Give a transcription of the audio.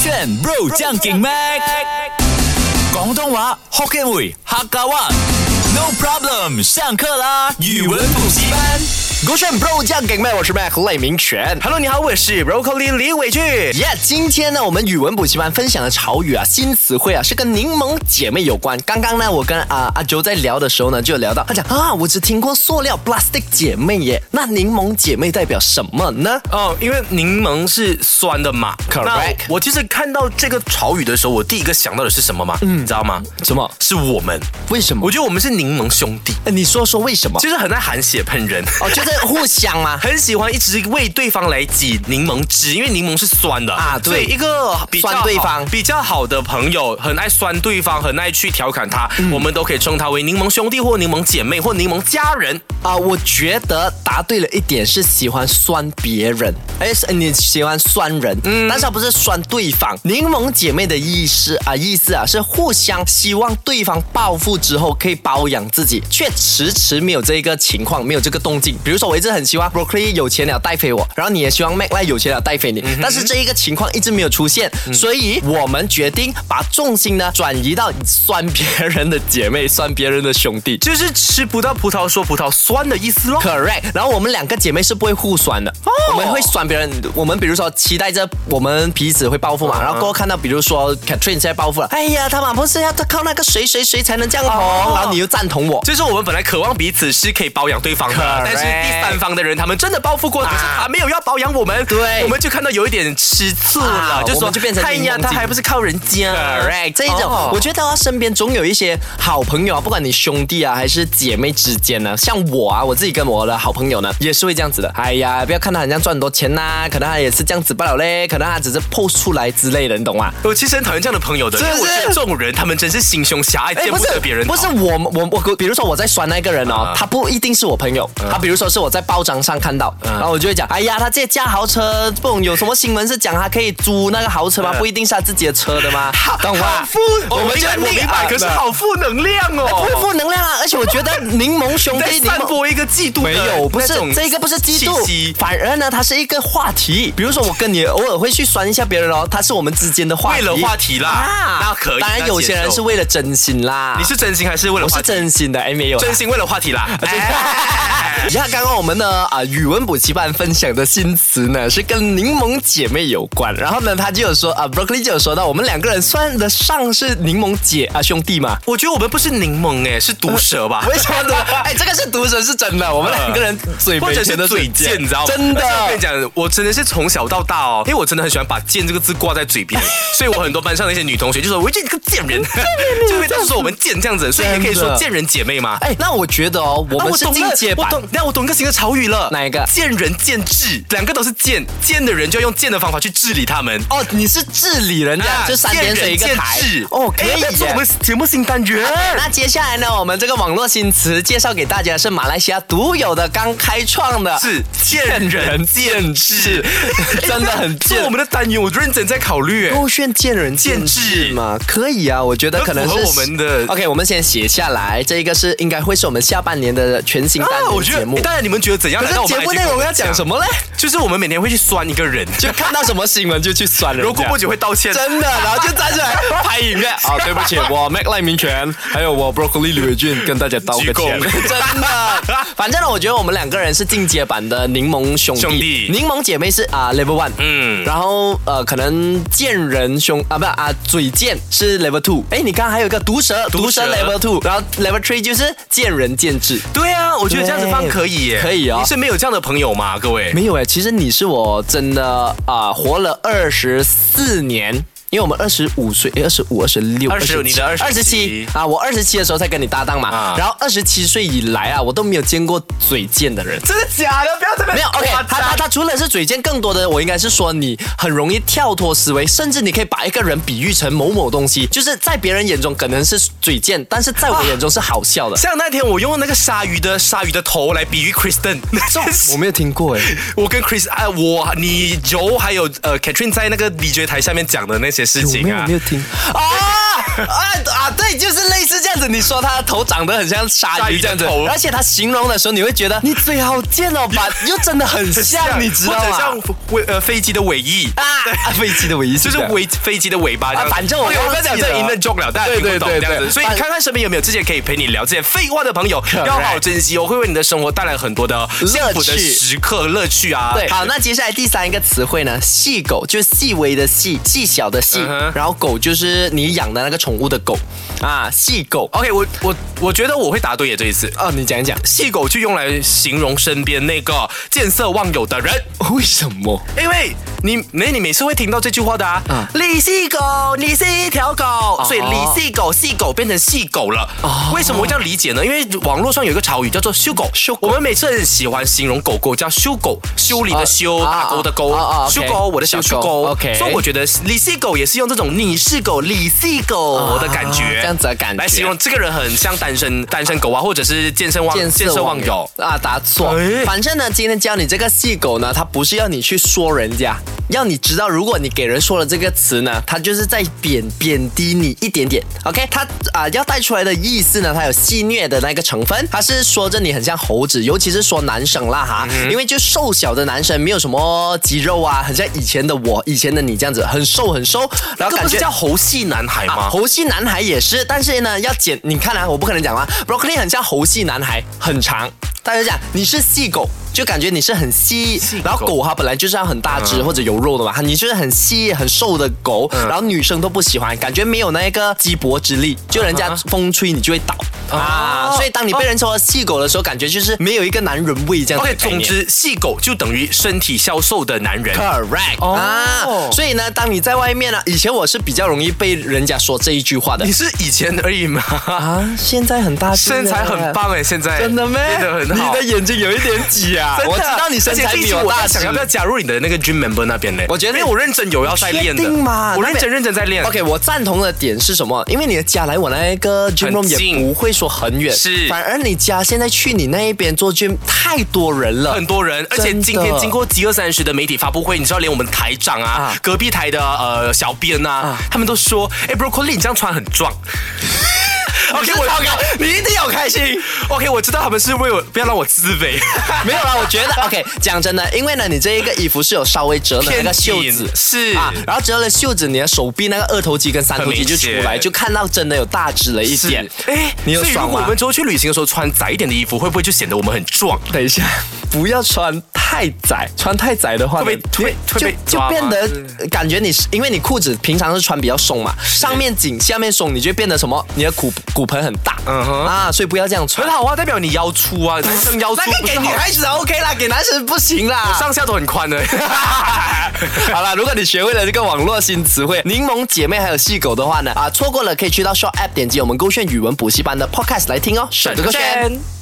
选 bro 将劲 mac，广东话 Hokkien 语客家话。No problem，上课啦！语文补习班。勾选 Bro 酱给麦，我是 Mac 赖明全。 Hello，你好，我是 Broccoli 李伟俊。 Yeah，今天呢，我们语文补习班分享的潮语啊，新词汇啊，是跟柠檬姐妹有关。刚刚呢，我跟啊阿周在聊的时候呢，就聊到，他讲啊，我只听过塑料 plastic 姐妹耶，那柠檬姐妹代表什么呢？哦，因为柠檬是酸的嘛 Correct 那我其实看到这个潮语的时候，我第一个想到的是什么嘛？嗯，你知道吗？什么？是我们。为什么我？觉得我们是柠檬兄弟，哎你说说为什么？就是很爱含血喷人。。哦，就是互相嘛很喜欢一直为对方来挤柠檬汁，因为柠檬是酸的 啊对所以一个比较好酸对方比较好的朋友，很爱酸对方，很爱去调侃他，我们都可以称他为柠檬兄弟或柠檬姐妹或柠檬家人。啊、我觉得答对了一点是喜欢酸别人，哎，是你喜欢酸人，但是他不是酸对方。柠檬姐妹的意思啊、意思啊是互相希望对方报复之后可以包养自己，却迟迟没有这个情况，没有这个动静。比如说，我一直很希望 Broccoli 有钱了带飞我，然后你也希望 Mac 来有钱了带飞你，但是这一个情况一直没有出现，所以我们决定把重心呢转移到酸别人的姐妹、酸别人的兄弟。就是吃不到葡萄说葡萄酸的意思咯。 Correct。然后我们两个姐妹是不会互酸的哦我们会酸别人。我们比如说期待着我们彼此会报复嘛啊然后过后看到比如说 Catherine 现在报复了，哎呀，他们不是要靠那个谁谁谁才能这样红然后你又赞同我。哦就是我们本来渴望彼此是可以包养对方的 Correct 但是第三方的人他们真的报复过，可是他没有要包养我们，啊对我们就看到有一点吃醋了，啊就我说们就变成哎呀，柠檬他精还不是靠人家 Correct，这一种、哦我觉得、啊、身边总有一些好朋友啊，不管你兄弟啊还是姐妹之间呢、像我啊，我自己跟我的好朋友呢，也是会这样子的。哎呀，不要看他好像赚很多钱呐、可能他也是这样子罢了嘞，可能他只是 post 出来之类的，你懂吗？我其实很讨厌这样的朋友的，因是为我觉得是这种人他们真是心胸狭隘，哎，见不不是得别人好不是我们我我，比如说我在酸那个人哦，啊嗯他不一定是我朋友，他比如说是我在报章上看到，然后我就会讲，哎呀，他这驾豪车，不懂有什么新闻是讲他可以租那个豪车吗？嗯不一定是他自己的车的吗？好懂吗负？，我们我明白，可是好负能量不哦会，负能量啊！而且我觉得柠 檬兄在弟，柠散檬。播一个嫉妒的没有，不是那种这个不是嫉妒气息，反而呢，它是一个话题。比如说，我跟你偶尔会去酸一下别人哦，它是我们之间的话为题。啊了话题啦那可以当然，那有些接人受是为了真心啦。你是真心还是为了我话是题？真心的，哎，没有啦。真心为了话题啦。哎你看，刚刚我们呢啊语文补习班分享的新词呢，是跟柠檬姐妹有关。然后呢，他就有说啊，Broccoli 就有说到，我们两个人算得上是柠檬姐啊兄弟嘛。 我觉得我们不是柠檬哎，是毒蛇吧？为什么 毒？哎，这个是毒舌，是真的。我们两个人嘴或没者是钱都嘴贱，你知道吗？真的而且。我跟 你讲，我真的是从小到大哦，因为我真的很喜欢把“贱”这个字挂在嘴边，所以我很多班上的一些女同学就说：“我这个贱人，啊就会说我们贱这样子，所以也可以真说的贱人姐妹嘛。”哎，那我觉得哦，我啊们是懂进了阶我版。懂，那我懂一个新的潮语了，哪一个见仁见智，两个都是贱，贱的人就要用贱的方法去治理他们。啊哦，你是治理人家，嗯就三点水一个台见仁见智。哦，可哎以那是我耶们节目新单元。 那接下来呢，我们这个网络新词介绍给大家是马来西亚独有的，刚开创的，是见仁见智，真的 很做贱我们的单元，我认真在考虑。哎勾选见仁见见智智嘛，可以啊，我觉得可能符合是哦我们的 OK，我们先写下来，这一个是应该会是我们下半年的全新单啊我元觉节目得，。哎当然你们觉得怎样？可难道是我们节目内容要讲什么？么嘞？就是我们每年会去酸一个人，就看到什么新闻就去酸人然后过家不。久会道歉。真的，然后就站出来 拍影片。啊，对不起，我 Mac 赖明全，还有我 Broccoli 李伟俊跟大家道鞠个 歉。躬真的，反正呢，我觉得我们两个人是进阶版的柠檬兄弟，兄弟柠檬姐妹是啊 Level One，嗯，嗯然后呃，可能见人兄啊，不是啊，嘴贱是 Level Two。哎，你刚刚还有一个毒舌，毒毒舌舌 Level Two，然后 Level Three 就是见仁见智。对啊，我觉得这样子放可以耶，可以哦你是没有这样的朋友吗？各位，没有哎，其实你是我真的啊、活了二十四年，因为我们二十五岁，二十五、二十六、 26你的二十七27啊，我二十七的时候才跟你搭档嘛，啊然后二十七岁以来啊，我都没有见过嘴贱的人。真的假的？不要这边没有，OK，他他他除了是嘴贱，更多的我应该是说你很容易跳脱思维，甚至你可以把一个人比喻成某某东西，就是在别人眼中可能是嘴贱，但是在我眼中是好笑的。像那天我用那个鲨鱼的鲨鱼的头来比喻 Kristen，我没有听过哎。我跟 Chris 啊，我你 Joe 还有呃 Catherine 在那个 DJ 台下面讲的那些事情啊有没有没。有听啊啊啊！对，就是类似这样子。你说他的头长得很像鲨鲨鱼鱼这样子的头，而且他形容的时候，你会觉得你嘴好贱哦，把 又真的很像，你知道或者吗像？尾呃飞机的尾翼， 啊，啊飞机的尾翼就是这样尾飞机的尾巴这样啊子。反正我对忘我记刚讲了这赢了 joke 了，大家听不对对懂对这样对子。所以反看看身边有没有这些可以陪你聊这些废话的朋友，要好好珍惜哦，会为你的生活带来很多的幸福乐的趣时刻乐趣啊。对，好，那接下来第三个词汇呢，细狗就是细微的细，细小的细嗯哼然后狗就是你养的那个宠物的狗啊，细狗。 OK，我我我觉得我会答对耶这一次。哦，你讲一讲，细狗就用来形容身边那个见色忘友的人，为什么？因为你没你每次会听到这句话的啊，嗯李细狗，你是一条狗，哦所以李细狗细狗变成细狗了。为什么会这样理解呢？因为网络上有一个潮语叫做“修狗”，修我们每次很喜欢形容狗狗叫“修狗”，修理的修，啊打勾的勾啊啊啊，，OK 修狗，我的小修修狗狗。 OK 所以我觉得李细狗也是用这种你是狗，李细狗的感觉，啊这样子的感觉来形容这个人很像单身单身狗啊，或者是健身忘健身忘友。啊，答错。哎反正呢，今天教你这个细狗呢，它不是要你去说人家，要你知道，如果你给人说了这个词呢，它就是在贬贬低你一点点。OK，它啊、要带出来的意思呢，它有戏谑的那个成分，它是说着你很像猴子，尤其是说男生啦哈，嗯因为就瘦小的男生没有什么肌肉啊，很像以前的我，以前的你这样子，很瘦很瘦，然后这感不是觉叫猴系男孩啊，吗？猴系男孩也是，但是呢，要剪，你看啊，我不可能讲啦，broccoli 很像猴系男孩，很长。大家讲你是细狗，就感觉你是很细，狗嗯然后狗它本来就是要很大只或者有肉的嘛，你就是很细很瘦的狗，然后女生都不喜欢，感觉没有那个鸡脖之力，就人家风吹你就会倒。啊，啊哦所以当你被人说细狗的时候，感觉就是没有一个男人味这样子 OK，的概念。总之，细狗就等于身体消瘦的男人。 Correct、哦啊，所以呢，当你在外面呢、啊以前我是比较容易被人家说这一句话的你。是以前而已嘛，啊，现在很大只了，身材很棒哎，现在真的咩？变得很好你的。眼睛有一点挤啊真，的我知道你身材而且比毕竟我我大在想要不要加入你的那个 gym member 那边呢？我觉得因为我认真有要在练的，确定吗我认那真边认真在练。 OK，我赞同的点是什么？因为你的家来我那个 gym room 很近也不会说很远，是反而你家现在去你那一边做 gym 太多人了很。多人，而且今真天的经过极二三十的媒体发布会，你知道，连我们台长啊啊，隔壁台的呃小编啊啊，他们都说，哎，Broccoli 你这样穿很 壮。OK，我你一定要开心。 OK，我知道他们是为我不要让我自卑。没有啦，我觉得 OK。讲真的，因为呢，你这一个衣服是有稍微折 了那个袖子，是啊，然后折了袖子，你的手臂那个二头肌跟三头肌就出很明来，显就看到真的有大只了一是点。哎，你有所以如爽果吗我们之后去旅行的时候穿窄一点的衣服，会不会就显得我们很壮？等一下，不要穿太窄，穿太窄的话呢会被因为会就会被就抓吗变得感觉你是，因为你裤子平常是穿比较松嘛，上面紧下面松，你就变得什么？你的骨骨盆很大，嗯哼啊，所以不要这样穿很。好啊，代表你腰粗啊，男生腰粗那个不是给女好孩子的 OK 啦，给男生不行 啦。上下都很宽的。好了，如果你学会了这个网络新词汇“柠檬姐妹”还有“细狗”的话呢，啊，错过了可以去到 Shop App 点击我们勾选语文补习班的 Podcast 来听哦。沈德轩。